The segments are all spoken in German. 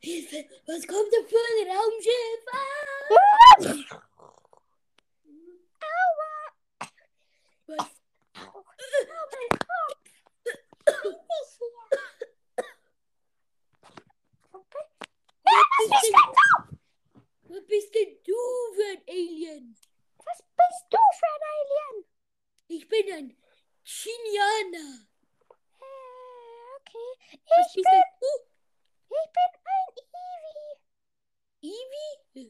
Hilfe, was kommt da für ein Raumschiff? Ah! Was? Was bist denn du? Was bist denn du für ein Alien? Was bist du für ein Alien? Ich bin ein Chinianer. Äh, okay. Was Ich bist bin, denn du? ich bin ein Eevee. Ivi? Hä?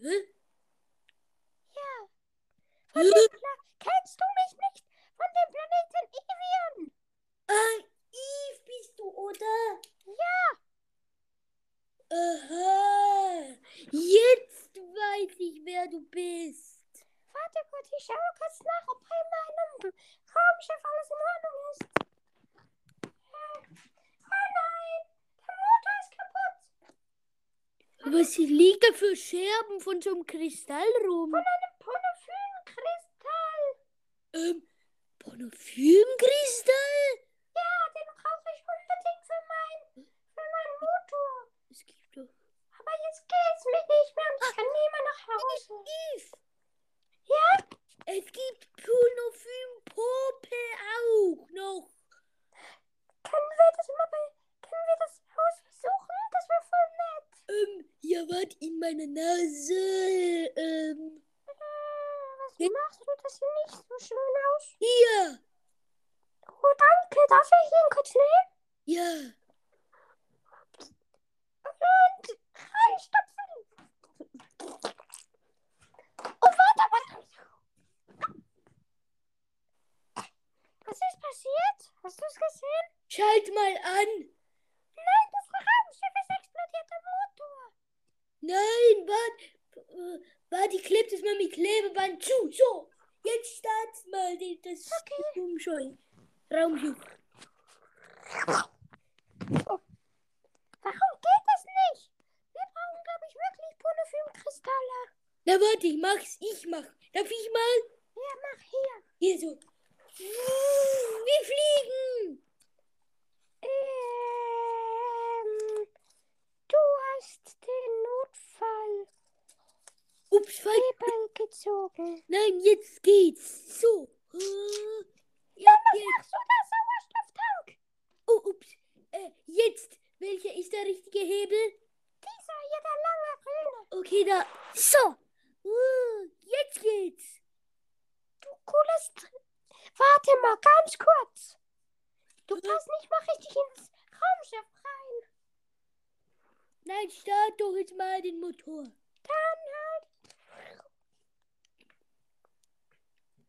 Ja. Von Hä? dem Pla Kennst du mich nicht? Von dem Planeten Evian. Ah, Eve bist du, oder? Ja. Aha. Jetzt weiß ich, wer du bist. Warte kurz, ich schaue kurz nach, ob bei meinem Raumschiff alles in Ordnung ist. Äh, Oh nein, der Motor ist kaputt. Was liegt da für Scherben von so einem Kristall rum? Pornophylenkristall. Ähm, Pornofilmkristall? Ja, den brauche ich unbedingt für meinen für meinen Motor. Es gibt doch Aber jetzt geht's mich nicht mehr und ich kann nie mehr nach Hause. Eve. Ja? Es gibt Pornofilmpope auch noch. Können wir das immer bei. Können wir das Haus besuchen? Das wäre voll nett. Ähm, ja, wart in meiner Nase. Ähm, Äh, was Ja. machst du? Das sieht nicht so schön aus. hier. Oh, danke. Darf ich ihn kurz nehmen? Ja. Und reinstopfen. Oh, warte, warte. Was ist passiert? Hast du es gesehen? Schalt mal an. Nein, das Raumschiff ist explodiert am Motor. Nein, wart. Äh, wart, ich kleb das mal mit Klebeband zu. So, jetzt start's mal die, das okay. Raumschiff. Warum geht das nicht? Wir brauchen, glaube ich, wirklich Polyphilmkristalle. Na, warte, ich mach's. Ich mach. Darf ich mal? Ja, mach hier. Hier so. Wir fliegen. Ähm, du hast den Notfallnebel Ups, falsch. gezogen. Nein, jetzt geht's. So. Äh, Ja, jetzt. Machst du das Sauerstofftank? Oh, ups. Äh, jetzt. Welcher ist der richtige Hebel? Dieser hier, der lange Grüne. Okay, da. So. Uh, jetzt geht's. Du cooles... Tr- Warte mal, ganz kurz. Du passt nicht mal richtig ins Raumschiff rein. Nein, start doch jetzt mal den Motor. Dann halt.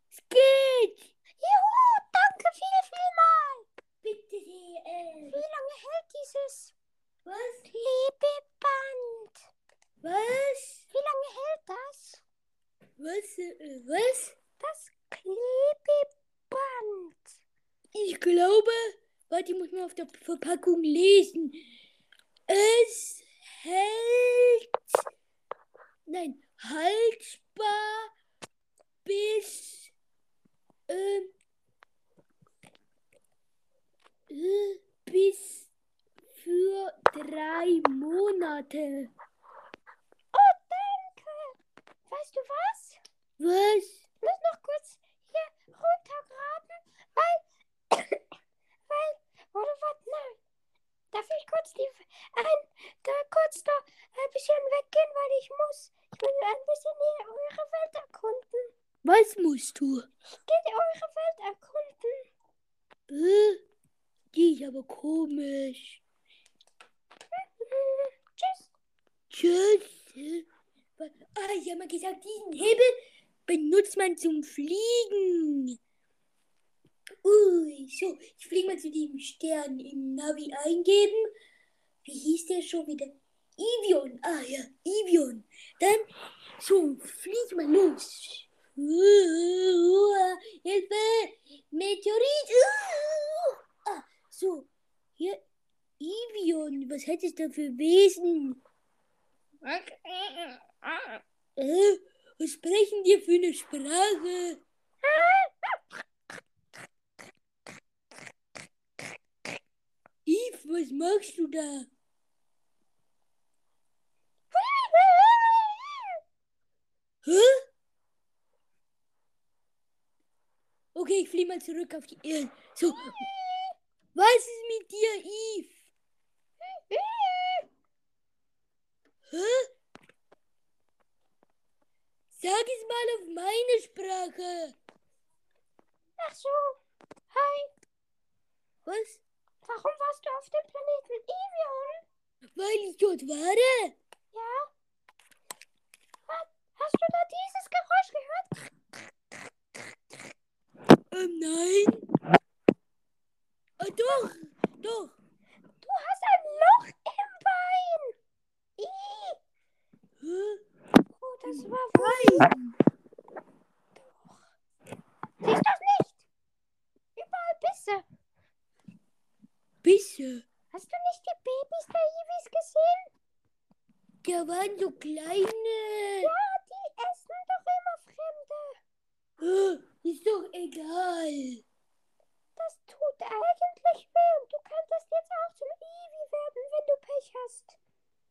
Es geht. Juhu, danke viel, viel mal. Bitte, äh, Wie lange hält dieses was? Klebeband? Was? Wie lange hält das? Was? Äh, was? Das Klebeband. Ich glaube, warte, ich muss mal auf der Verpackung lesen. Es hält, nein, haltbar bis, ähm, äh, bis für drei Monate. Oh, danke. Weißt du was? Was? Ich muss noch kurz hier runtergraben, weil. weil. Oder was? Nein. Darf ich kurz die. Ein, da kurz da ein bisschen weggehen, weil ich muss. Ich will ein bisschen hier eure Welt erkunden. Was musst du? Geht eure Welt erkunden? Äh, die ist aber komisch. Hm, Tschüss. Tschüss. Ah, ich habe mal gesagt, diesen Hebel benutzt man zum Fliegen. Ui, so, ich fliege mal zu diesem Stern im Navi eingeben. Wie hieß der schon wieder? Ivion. Ah ja, Ivion. Dann, so, flieg mal los. Uah, Hilfe! Meteorit! Uah. Ah, so, hier, Ivion, was hat es da für Wesen? Äh, was sprechen die für eine Sprache? Yves, was machst du da? Okay, ich fliege mal zurück auf die Erde. So. Was ist mit dir, Eve? Hä? Sag es mal auf meine Sprache. Ach so. Hi. Was? Warum warst du auf dem Planeten Evian? Weil ich dort war? Ja. Was? Hast du da dieses Geräusch gehört? Ähm, nein. Ah, doch, doch. Du hast ein Loch im Bein. Ih. Hä? Oh, das war wohl. Nein. Siehst das nicht? Überall Bisse. Bisse. Hast du nicht die Babys der Iwis gesehen? Da waren so kleine. Ja, die essen doch immer Fremde. Hä? Ist doch egal. Das tut eigentlich weh und du könntest jetzt auch zum Iwi werden, wenn du Pech hast.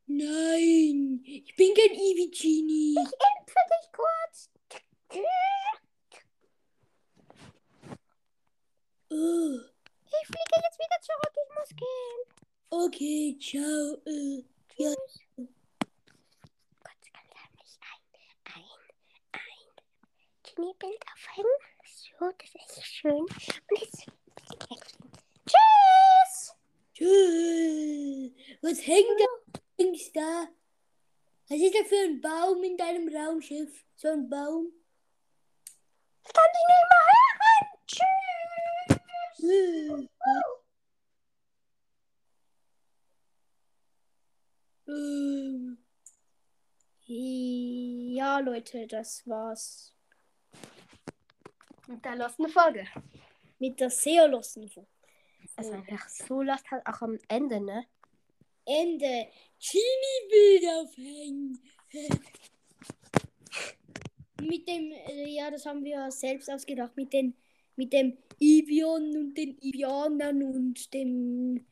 Nein. Ich bin kein Ivy Genie. Ich impfe dich kurz. Oh, Ich fliege jetzt wieder zurück. Ich muss gehen. okay, ciao. Äh, ja. Gott, kann da nicht ein, ein, ein Schneebild aufhängen. So, das ist schön. Und jetzt Tschüss! Tschüss. Was hängt da? Dings da? Was ist da für ein Baum in deinem Raumschiff? So ein Baum? Ich kann dich nicht mehr hören. Tschüss! Äh, ähm. Ja, Leute, das war's. Mit der letzten Folge. Mit der sehr losen Folge. Also, ach, so läuft halt auch am Ende, ne? Ende. Chini will aufhängen. Mit dem, äh, ja, das haben wir selbst ausgedacht. Mit, den, mit dem Ibion und den Ibianern und dem.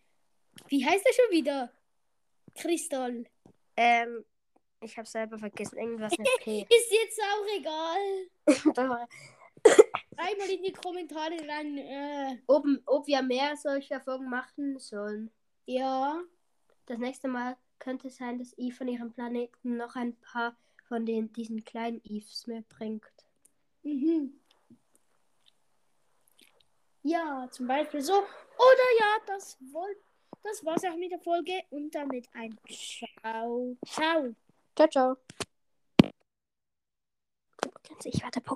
Wie heißt er schon wieder? Kristall. Ähm, ich habe selber vergessen, irgendwas mit P. Ist jetzt auch egal. Da- Einmal in die Kommentare rein. Äh, ob, ob wir mehr solcher Folgen machen sollen. ja. Das nächste Mal könnte es sein, dass Eve von ihrem Planeten noch ein paar von den, diesen kleinen Eves mitbringt. Mhm. Ja, zum Beispiel so. Oder ja, das, woll- das war's auch mit der Folge und damit ein Ciao. Ciao. Ciao, ciao. Ich war der Pokémon.